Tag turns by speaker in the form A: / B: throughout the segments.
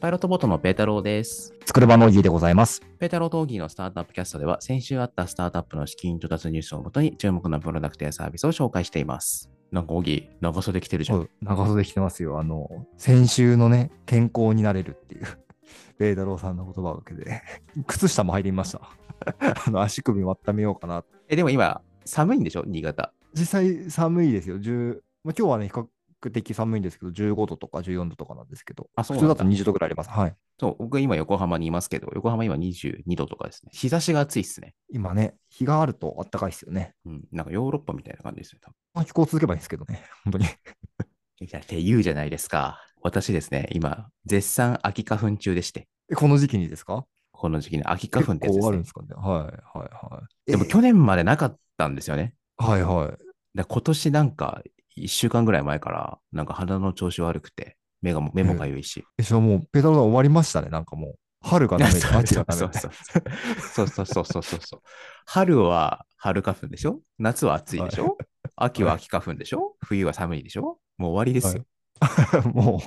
A: パイロットボートのペータローです。
B: 作る場のおじいでございます。
A: ペータローとオギーのスタートアップキャストでは、先週あったスタートアップの資金調達ニュースをもとに注目のプロダクトやサービスを紹介しています。なんかオギー、長袖着てるじゃん。
B: 長袖着てますよ。あの、先週のね、健康になれるっていう、 ベイダローさんの言葉を受けて、靴下も入りました。 あの、足首を温めようかな。
A: え、でも今、寒いんでしょ新潟。
B: 実際寒いですよ。10まあ、今日はね、比較的寒いんですけど、15度とか14度とかなんですけど、
A: あそう
B: 普
A: なん
B: 通
A: だ
B: だと20度ぐらいあります。はい。
A: そう、僕今横浜にいますけど、横浜今22度とかですね。日差しが暑いっすね。
B: 今ね、日があると暖かいですよね。
A: うん、なんかヨーロッパみたいな感じですね。多分
B: まあ、飛行続けばいいんですけどね、本当に。
A: いや、って言うじゃないですか。私ですね、今、絶賛秋花粉中でして、
B: えこの時期にですか
A: この時期の秋花粉ってやつ
B: 結
A: で
B: 構
A: す
B: あるん
A: ね
B: で。すかね。はい、はい、はい。
A: でも去年までなかったんですよね。
B: えはい、はい。
A: で今年なんか1週間ぐらい前からなんか鼻の調子悪くて目がも目もかゆいし。
B: え、じゃあもう、ペダルが終わりましたね。なんかもう、春がダメで、
A: そう
B: 秋
A: そ
B: が
A: う
B: ダメ
A: そう
B: で。
A: そうそうそうそうそうそう。春は春花粉でしょ夏は暑いでしょ、秋は秋花粉でしょ冬は寒いでしょもう終わりですよ。
B: はい も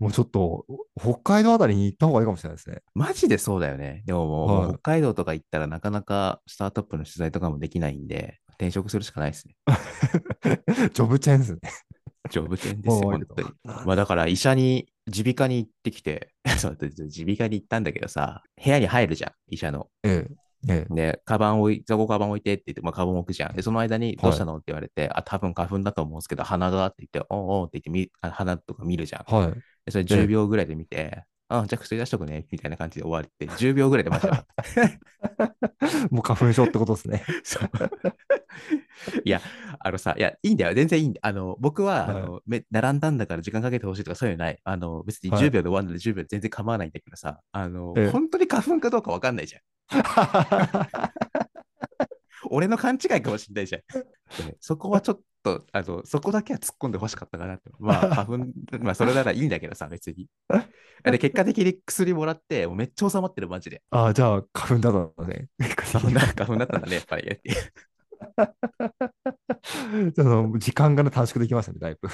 B: う、もうちょっと、北海道あたりに行った方がいいかもしれないですね。
A: マジでそうだよね。でももう,もう
B: はい
A: 北海道とか行ったらなかなかスタートアップの取材とかもできないんで、転職するしかないですね。
B: ジョブチェーンですね。
A: ジョブ店ですよ、
B: もう
A: 本
B: 終わ
A: 当
B: り
A: に
B: だ。
A: まあだから医者に、耳鼻科に行ってきて、 そう、耳鼻科に行ったんだけどさ、部屋に入るじゃん、医者の。
B: ええ、ええ。
A: で、カバン置い、そこカバン置いてって言って、まあ、カバン置くじゃん。で、その間に、
B: い
A: どうしたのって言われて、あ、多分花粉だと思うんですけど、鼻がって言って、おうおうって言ってみあ、鼻とか見るじゃん。
B: はい。
A: でそれ10秒ぐらいで見て、あ、じゃあ薬出しとくね、みたいな感じで終わりって、10秒ぐらいでましたよ。
B: もう花粉症ってことです ね。
A: そういや、あのさ、いや、いいんだよ。全然いいんだあの、僕は、
B: はい
A: あのめ並んだんだから時間かけてほしいとか、そういうのない。あの、別に
B: はい
A: 10秒で終わるので10秒全然構わないんだけどさ、あの、
B: ええ
A: 本当に花粉かどうかわかんないじゃん。俺の勘違いかもしんないじゃん。 でそこはちょっと、あの、そこだけは突っ込んでほしかったかなって。ま あ、花粉、まあ、それならいいんだけどさ、別に。 で、結果的に薬もらって、もうめっちゃ収まってる、マジ で。
B: ああ、じゃあ、花粉だったのね。
A: 花粉 だ花粉だったんだね、やっぱり。
B: あの時間がね短縮できましたね、だいぶ。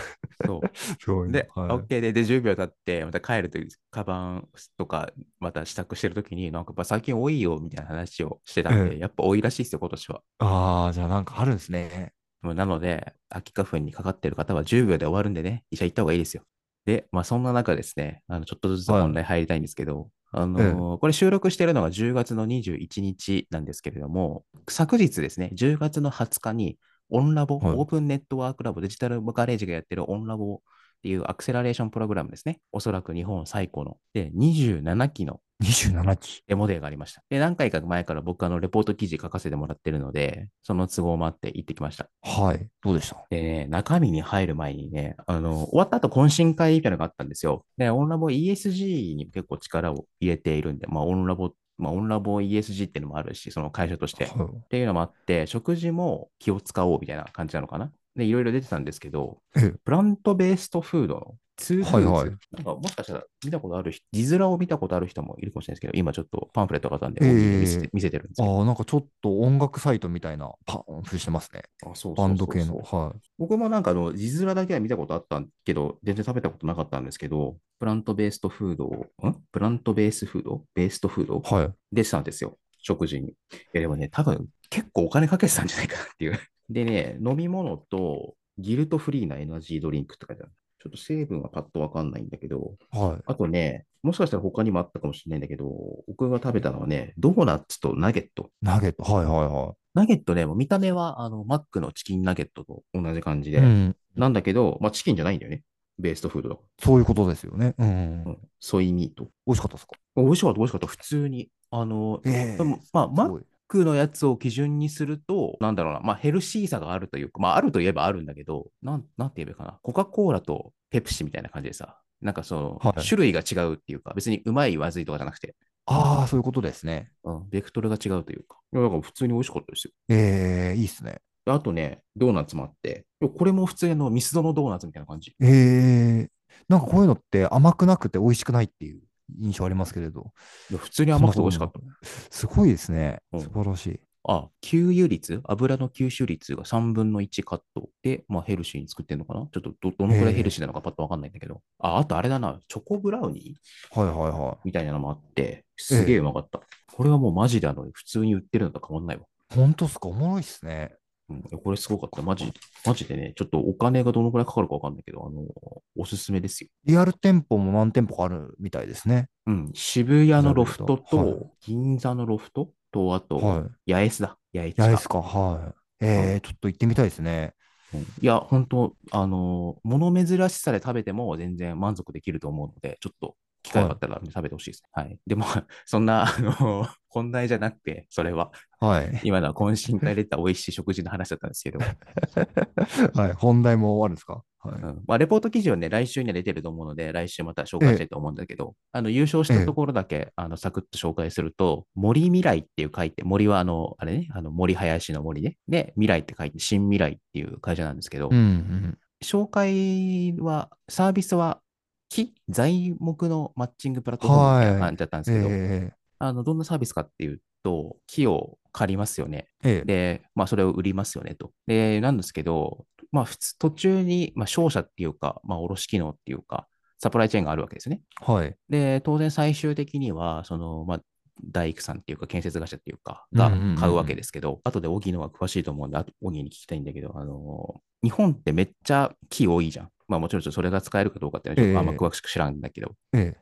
A: そう。
B: すごいね
A: で、
B: はい
A: OK で、で、10秒経って、また帰るとき、カバンとか、また支度してるときに、なんかやっぱ最近多いよみたいな話をしてたんで、
B: え
A: やっぱ多いらしいですよ、今年は。
B: ああ、じゃあなんかあるんですね。
A: まあなので、秋花粉にかかってる方は10秒で終わるんでね、医者行った方がいいですよ。で、まあそんな中ですね、あのちょっとずつ
B: はい
A: 本題入りたいんですけど、あのーこれ収録してるのが10月の21日なんですけれども、昨日ですね、10月の20日に、オンラボ、
B: はい
A: オープンネットワークラボ、デジタルガレージがやってるオンラボっていうアクセラレーションプログラムですね。おそらく日本最古の。で、27期の
B: 27期。
A: デモデーがありました。で、何回か前から僕、あの、レポート記事書かせてもらってるので、その都合もあって行ってきました。
B: はい。どうでした
A: でね、中身に入る前にね、あの、終わった後懇親会みたいなのがあったんですよ。で、オンラボ ESG に結構力を入れているんで、まあ、オンラボ、まあ、オンラボ ESG っていうのもあるし、その会社として。っ
B: は
A: ていうのもあって、食事も気を使おうみたいな感じなのかな。で、いろいろ出てたんですけど、
B: ええ
A: プラントベーストフードのツーフーズ、
B: はいはい
A: なんかもしかしたら見たことある人、字面を見たことある人もいるかもしれないですけど、今ちょっとパンフレットがあったんで、
B: ええ
A: 見せて見せてるんです
B: い、
A: けど。
B: ああ、なんかちょっと音楽サイトみたいなパンフしてますね。
A: あそうそうそうそう
B: バンド系の。はい。
A: 僕もなんかあの、字面だけは見たことあったんけど、全然食べたことなかったんですけど、プラントベーストフードを、んプラントベースフードベーストフード
B: はい。
A: でしたんですよ。食事に。いやでもね、多分結構お金かけてたんじゃないかなっていう。でね、飲み物とギルトフリーなエナジードリンクって書いてある。ちょっと成分はパッとわかんないんだけど、
B: はい。
A: あとね、もしかしたら他にもあったかもしれないんだけど、僕が食べたのはね、ドーナツとナゲット。
B: ナゲット。はいは
A: ナゲットね、もう見た目はあの、マックのチキンナゲットと同じ感じ
B: い
A: で、
B: はい。うん。
A: なんだけど、まあ、チキンじゃないんだよね。ベーストフードだか
B: そういうことですよね。うん。
A: ら。うん、ソイミート。
B: 美味しかったですか
A: 美味しかった、美味しかった。普通に。あの、
B: え
A: でもまあ、マッ
B: い。
A: クのやつを基準にすると、なんだろうな、まあ、ヘルシーさがあるというか、まあ、あるといえばあるんだけど、なん、なんて言えばいいかな。コカ・コーラとペプシみたいな感じでさ、なんかその、
B: はい
A: 種類が違うっていうか、別にうまい、まずいとかじゃなくて、
B: ああ、そういうことですね。
A: うん、ベクトルが違うというか。いや、だから普通に美味しかったですよ。
B: ええいいっすね。
A: あとね、ドーナツもあって、いやこれも普通にあのミスドのドーナツみたいな感じ。
B: ええなんかこういうのって甘くなくて美味しくないっていう印象ありますけれど、
A: いや普通に甘くて美味しかった。
B: すごいですね。
A: うん
B: 素晴らしい。
A: あ、給油率、油の吸収率が3分の1カットで、まあ、ヘルシーに作ってるのかなちょっとどどのくらいヘルシーなのかパッとわかんないんだけど。あ、あとあれだな、チョコブラウニー
B: はいはいは
A: みたいなのもあって、すげえうまかった。これはもうマジであの、普通に売ってるのと変わんないわ。
B: い。ほんとっすか、おもろいっすね。
A: うん、これすごかった。マジ、マジでね、ちょっとお金がどのくらいかかるかわかんないけど、あの、おすすめですよ。
B: リアル店舗も何店舗かあるみたいですね。
A: うん、渋谷のロフト
B: なるほどは
A: と、銀座のロフトと、あと、
B: は
A: 八重洲だ。八重
B: い。
A: 洲
B: 八重
A: か
B: 洲か、はい。えー、ちょっと行ってみたいですね。
A: うんいや、本当あの、物珍しさで食べても全然満足できると思うので、ちょっと機会があったら食べてほしいですね。はい。でも、そんな、あ の、本題じゃなくて、それは、
B: はい。
A: 今のは懇親会で言った美味しい食事の話だったんですけど、
B: はい。本題もあるんですかはい。
A: うんまあ、レポート記事はね、来週には出てると思うので、来週また紹介したいと思うんだけど、あの優勝したところだけ、あのサクッと紹介すると、森未来っていう書いて、森はあの、あれね、あの森林の森ね、で、未来って書いて、新未来っていう会社なんですけど、
B: うんうん。
A: 紹介は、サービスは木、材木のマッチングプラットフォームみたいな感じだったんですけど、
B: え
A: あのどんなサービスかっていうと、木を借りますよね。
B: ー、えー、
A: で、まあ、それを売りますよねと。で、なんですけど、まあ、普通、途中に、まあ、商社っていうか、まあ、卸機能っていうか、サプライチェーンがあるわけですね。
B: はい。
A: で、当然最終的には、その、まあ、大工さんっていうか、建設会社っていうか、が
B: うんうんうんうん
A: 買うわけですけど、後で荻野が詳しいと思うんで、あと荻に聞きたいんだけど、あのー、日本ってめっちゃ木多いじゃん。まあもちろんそれが使えるかどうかっていうのはちょっとあんま
B: ええ
A: 詳しく知らんだけど、
B: え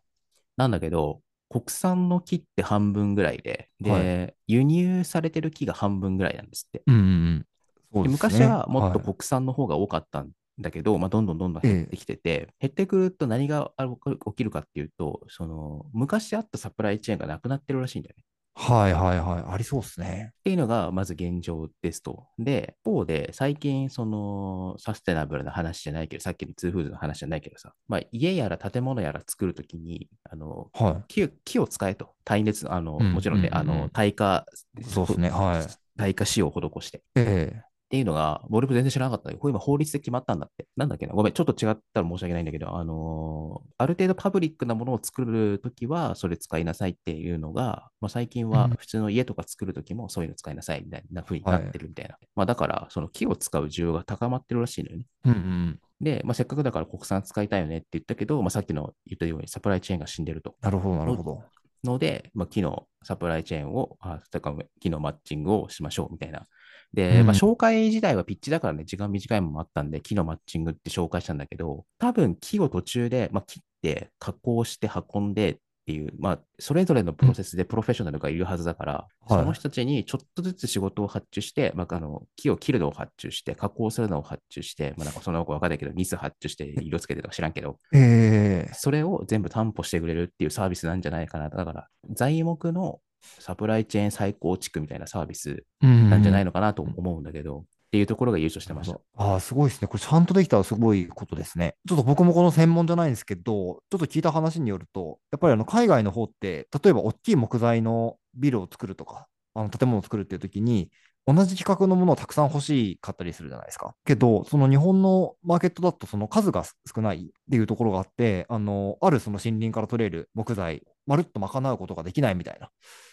A: なんだけど、国産の木って半分ぐらいで、で、輸入されてる木が半分ぐらいなんですって。
B: ー、うんうんうん。そう
A: で
B: ですね
A: 昔はもっと
B: い
A: 国産の方が多かったんだけど、まあ、どんどんどんどん
B: ええ
A: 減ってきてて、減ってくると何があ起こる起きるかっていうと、その昔あったサプライチェーンがなくなってるらしいんだよね。
B: はいはいはい。ありそうですね。
A: っていうのがまず現状ですと。で、一方で最近そのサステナブルな話じゃないけど、さっきのツーフーズの話じゃないけどさ、まあ、家やら建物やら作るときに、あの
B: は
A: 木を木を使えと、耐熱の、あの
B: うん
A: もちろんね、
B: うんうんうん
A: あの耐火、
B: い。そうですね。はい。
A: 耐火仕様を施して。
B: ええ
A: っていうのが、ボルプ全然知らなかったんだけど。これ今法律で決まったんだって。なんだっけな。ごめん、ちょっと違ったら申し訳ないんだけど、あのーある程度パブリックなものを作るときは、それ使いなさいっていうのが、まあ、最近は
B: うん
A: 普通の家とか作るときもそういうの使いなさいみたいな風になってるみたいな。まあだから、その木を使う需要が高まってるらしいのよね。
B: うんうん。
A: で、まあ、せっかくだから国産使いたいよねって言ったけど、まあ、さっきの言ったようにサプライチェーンが死んでると。
B: なるほど、なるほど。
A: ので、まあ、木のサプライチェーンを、あとか木のマッチングをしましょうみたいな。で、
B: うん
A: まあ、紹介自体はピッチだからね、時間短いもんもあったんで、木のマッチングって紹介したんだけど、多分木を途中で、まあ、切って、加工して、運んでっていう、まあ、それぞれのプロセスでプロフェッショナルがいるはずだから、
B: はい
A: その人たちにちょっとずつ仕事を発注して、まあ、あの木を切るのを発注して、加工するのを発注して、まあ、なんかそんなことわかんないけど、ニス発注して、色つけてとか知らんけど、
B: ええ
A: それを全部担保してくれるっていうサービスなんじゃないかな。だから、材木のサプライチェーン再構築みたいなサービス
B: うん
A: なんじゃない
B: の
A: のかなと思うんだけど、っていうところが優勝してました。
B: ああ、すごいですね。これちゃんとできたらすごいことですね。ちょっと僕もこの専門じゃないんですけど、ちょっと聞いた話によると、やっぱりあの海外の方って、例えば大きい木材のビルを作るとか、あの建物を作るっていう時に、同じ規格のものをたくさん欲しかったりするじゃないですか。けど、その日本のマーケットだとその数が少ないっていうところがあって、あの、あるその森林から取れる木材、まるっと賄うことができないみたいな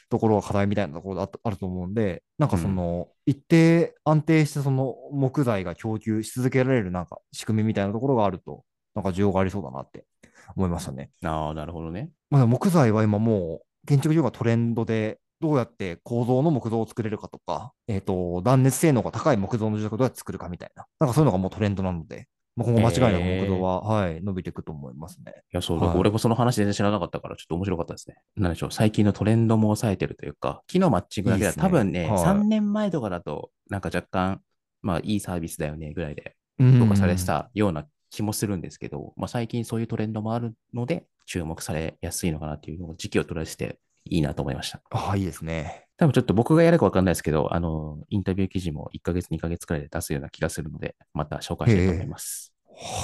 B: ところが課題みたいなところがああると思うんで、なんかその、一定安定してその木材が供給し続けられるなんか仕組みみたいなところがあると、なんか需要がありそうだなって思いましたね。
A: ああ、なるほどね。
B: まあ、木材は今もう建築業がトレンドで、どうやって構造の木造を作れるかとか、えっ、と、断熱性能が高い木造の住宅をどうやって作るかみたいな、なんかそういうのがもうトレンドなので、まあ、今後間違いなく
A: へー
B: 木造は、はい、伸びていくと思いますね。
A: いや、そう、
B: はい
A: 俺もその話全然知らなかったから、ちょっと面白かったですね。なんでしょう、最近のトレンドも抑えてるというか、木のマッチングだけだ
B: いいっすね
A: 多分ね、
B: はい
A: 3年前とかだと、なんか若干、まあ、いいサービスだよねぐらいで
B: うん
A: 評価されてたような気もするんですけど、まあ、最近そういうトレンドもあるので、注目されやすいのかなっていうのを時期を取らせていいなと思いました。
B: ああ、いいですね。
A: 多分ちょっと僕がやるか分かんないですけど、あの、インタビュー記事も1ヶ月、2ヶ月くらいで出すような気がするので、また紹介したいと思います。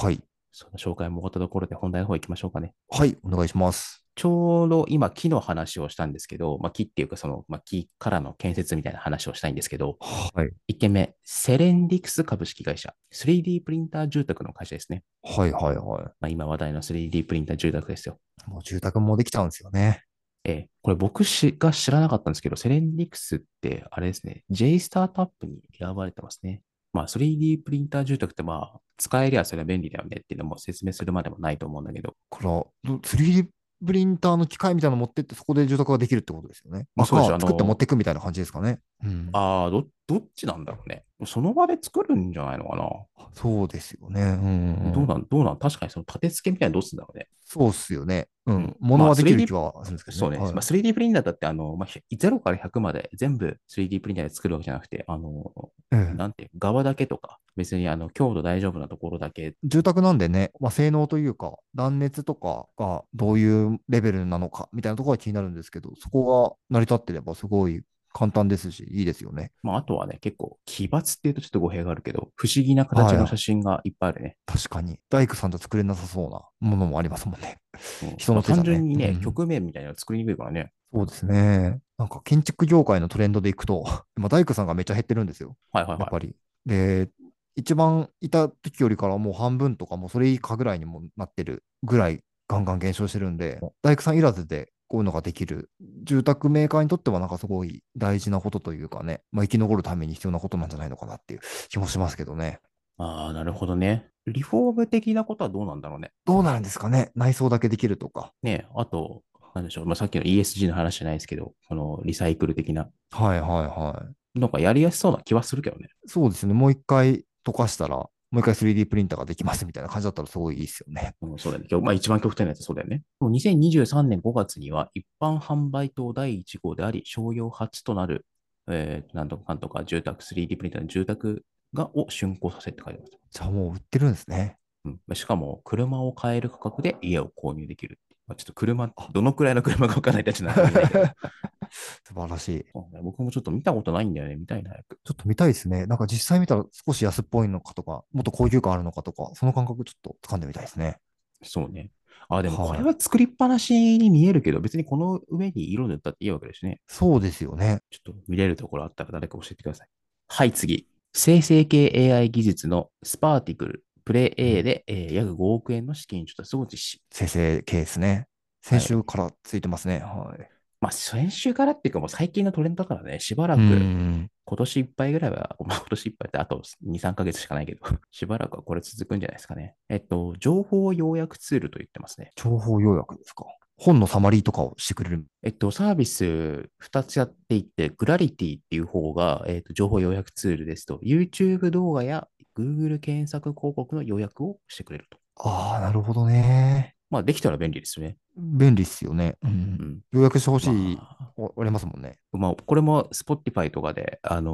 B: はい。
A: その紹介も終わったところで本題の方行きましょうかね。
B: はい、お願いします。
A: ちょうど今木の話をしたんですけど、まあ、木っていうかその、まあ、木からの建設みたいな話をしたいんですけど、
B: はい。
A: 1件目、セレンディクス株式会社、3D プリンター住宅の会社ですね。
B: はい、はい、は
A: まあ、今話題の 3D プリンター住宅ですよ。
B: い。もう住宅もできちゃうんですよね。
A: ええ、これ僕しが知らなかったんですけど、セレンリクスってあれですね、J スタートアップに選ばれてますね。まあ 3D プリンター住宅ってまあ使えりゃそれは便利だよねっていうのも説明するまでもないと思うんだけど、
B: から、ど 3D プリンターの機械みたいなの持ってって、そこで住宅ができるってことですよね。
A: まあそうですよあの
B: 赤作って持ってくみたいな感じですかね。うん、
A: ああ、ど、どっちなんだろうね。その場で作るんじゃないのかな。
B: そうですよね。うんうんうん
A: どうなん、どうなん、確かにその立て付けみたいなのどうするんだろうね。
B: そうっすよね。う
A: うん
B: ん。物、はでき
A: まあ
B: る気はするんですけど
A: そうね。まあ、
B: はい
A: 3D プリンターだって、あの、まあ、ひ0から100まで全部 3D プリンターで作るわけじゃなくて、あの、
B: うん
A: なんていう、側だけとか、別にあの強度大丈夫なところだけ
B: 住宅なんでね、まあ、性能というか、断熱とかがどういうレベルなのかみたいなところが気になるんですけど、そこが成り立ってればすごい簡単ですし、いいですよね。
A: まあ、あとはね、結構、奇抜っていうとちょっと語弊があるけど、不思議な形の写真がいっぱいあるね。
B: 確かに。大工さんじゃ作れなさそうなものもありますもんね。
A: うん
B: 人の手じゃ
A: まあ単
B: ね
A: 純にね、
B: うん
A: 曲面みたいなの作りにくいからね。
B: そうですね。なんか建築業界のトレンドでいくと、 今大工さんがめっちゃ減ってるんですよ、
A: はいはい
B: やっ
A: は
B: ぱり。で、一番いた時よりからもう半分とか、もうそれ以下ぐらいにもなってるぐらい、ガンガン減少してるんで、大工さんいらずでこういうのができる、住宅メーカーにとってはなんかすごい大事なことというかね、まあ、生き残るために必要なことなんじゃないのかなっていう気もしますけどね。
A: い。ああ、なるほどね。リフォーム的なことはどうなんだろうね。
B: どうなるんですかね、内装だけできるとか。
A: ねあと、なんでしょう、まあ、さっきの ESG の話じゃないですけど、このリサイクル的な、
B: はいはいはい。
A: なんかやりやすそうな気はするけどね。
B: そうですね、もう一回溶かしたら、もう一回 3D プリンターができますみたいな感じだったらすごいいいですよね。
A: うん、そうだよね。まあ、一番極端なやつそうだよね。もう2023年5月には、一般販売等第1号であり、商用初となる、えー、なんとかかんとか住宅、3D プリンターの住宅がを竣工させって書いてます。
B: じゃあもう売ってるんです ね。
A: うん、しかも、車を買える価格で家を購入できる。まあ、ちょっと車、どのくらいの車か分からないたちなんで見ない けど
B: 素晴らしい。
A: そうね僕もちょっと見たことないんだよね、見たいな、早く。
B: ちょっと見たいですね。なんか実際見たら少し安っぽいのかとか、もっと高級感あるのかとか、その感覚ちょっと掴んでみたいですね。
A: そうね。あ、でも
B: はい
A: これは作りっぱなしに見えるけど、別にこの上に色塗ったっていいわけですね。
B: そうですよね。
A: ちょっと見れるところあったら誰か教えてください。はい、次。生成系 AI 技術のスパーティクル、プレイ A で、えー約5億円の資金調達を実施。
B: 生成系ですね。先週からついてますね。はい。
A: まあ、先週からっていうか、もう最近のトレンドだからね、しばら
B: う
A: く、
B: ん
A: 今年いっぱいぐらいは、 まあ、今年いっぱいってあと2、3ヶ月しかないけど、しばらくはこれ続くんじゃないですかね。えっと、情報要約ツールと言ってますね。
B: 情報要約ですか。本のサマリーとかをしてくれる。
A: えっと、サービス2つやっていて、グラリティっていう方が、えっと、情報要約ツールですと、YouTube 動画や Google 検索広告の要約をしてくれると。
B: ああ、なるほどね。
A: まあ、できたら便利ですよね。
B: 便利っすよね。う。
A: うんん。
B: 要約してほしい、
A: まあ、
B: おありますもんね。
A: まあこれも Spotify とかで、あの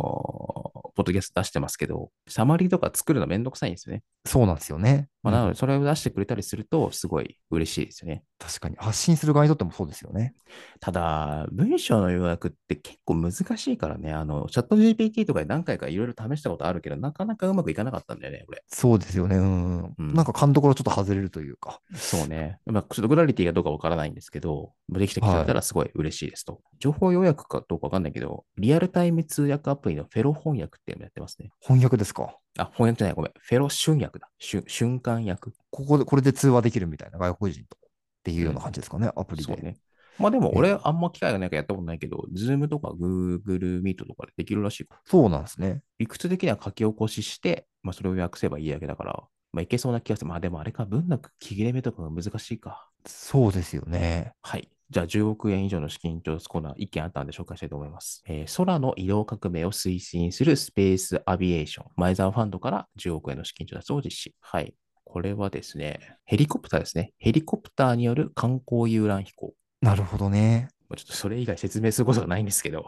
A: ーポッドキャスト出してますけど、サマリーとか作るのめんどくさいんですよね。
B: そうなんですよね。
A: まあ、
B: うん
A: なので、それを出してくれたりすると、すごい嬉しいですよね。
B: 確かに。発信する側にとってもそうですよね。
A: ただ、文章の要約って結構難しいからね、あの、チャット GPT とかで何回かいろいろ試したことあるけど、なかなかうまくいかなかったんだよね、俺。
B: そうですよね。うんうん。
A: うん
B: なんか勘どころちょっと外れるというか。
A: そうね。まあ、ちょっとグラリティがどうかわからないんですけど、できてきたらすごい嬉しいですと。情報要約かどうかわかんないけど、リアルタイム通訳アプリのフェロ翻訳っていうのやってますね。
B: 翻訳ですか。
A: あ、翻訳じゃない、ごめん。フェロ瞬訳だ。瞬瞬間訳。
B: ここで、これで通話できるみたいな、外国人と。っていうような感じですかね、アプリ
A: そ
B: で。
A: うね。まあでも俺、あんま機会がないからやったことないけど、Zoom とか Google Meet とかでできるらしい。
B: そうなんですね。
A: 理屈的には書き起こしして、まあ、それを訳せばいいだけだから、まあ、いけそうな気がする。まあ、でもあれか、文楽切れ目とかが難しいか。
B: そうですよね。
A: はい。じゃあ、10億円以上の資金調達コーナー、意見あったんで紹介したいと思います。えー空の移動革命を推進するスペースアビエーション、前澤ファンドから10億円の資金調達を実施。はい。これはですね、ヘリコプターですね。ヘリコプターによる観光遊覧飛行。
B: なるほどね。
A: まあちょっとそれ以外説明することがないんですけど、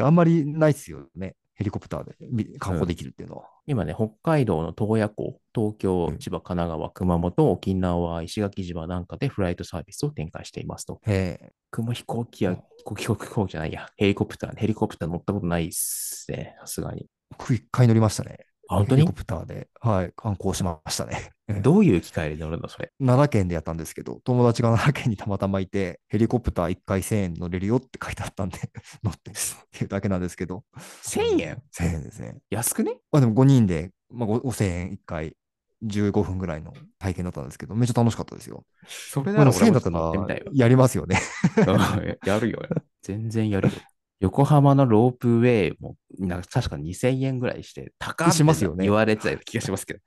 B: あんまりないですよね。ヘリコプターでみ観光できるっていうのは。
A: 今ね、北海道の洞爺湖、東京
B: う、ん
A: 千葉、神奈川、熊本、沖縄、石垣島なんかでフライトサービスを展開していますと。
B: へえ。
A: 雲飛行機や、飛行機飛行機じゃないや、ヘリコプター、ヘリコプター乗ったことないっすね、さすがに。
B: 僕一回乗りましたね。
A: あ本当
B: ヘリ
A: に
B: コプターで、はい、観光しましたね。
A: どういう機会で乗るのそれ。
B: 奈良県でやったんですけど、友達が奈良県にたまたまいて、ヘリコプター1回1000円乗れるよって書いてあったんで、 乗ってっていうだけなんですけど。
A: 1000円
B: ?1000 円ですね。
A: 安くね
B: まあでも5人で、まあ、ご5000円1回15分ぐらいの体験だったんですけど、めっちゃ楽しかったですよ。
A: それ
B: まあ
A: な
B: で
A: ら
B: も
A: 俺
B: 1000円
A: も
B: だっ
A: ちょっと乗っ
B: た
A: てみた
B: ら
A: いわ
B: やりますよね。
A: うん やるよ。全然やるよ。横浜のロープウェイも、なんか確か2000円ぐらいして、高っ
B: しますよね
A: て言われてたような気がしますけど。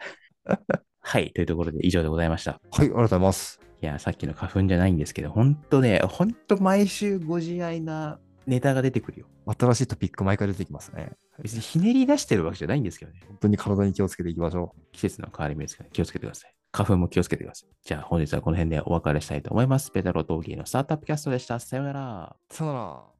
A: はい、というところで以上でございました。
B: はい、ありがとうございます。
A: いや、さっきの花粉じゃないんですけど、ほんとね、ほんと毎週ご自愛なネタが出てくるよ。
B: 新しいトピック毎回出てきますね。
A: 別にひねり出してるわけじゃないんですけどね。
B: 本当に体に気をつけていきましょう。
A: 季節の変わり目ですから気をつけてください。花粉も気をつけてください。じゃあ本日はこの辺でお別れしたいと思います。ペダロー・トーギーのスタートアップキャストでした。さようなら。
B: さよなら。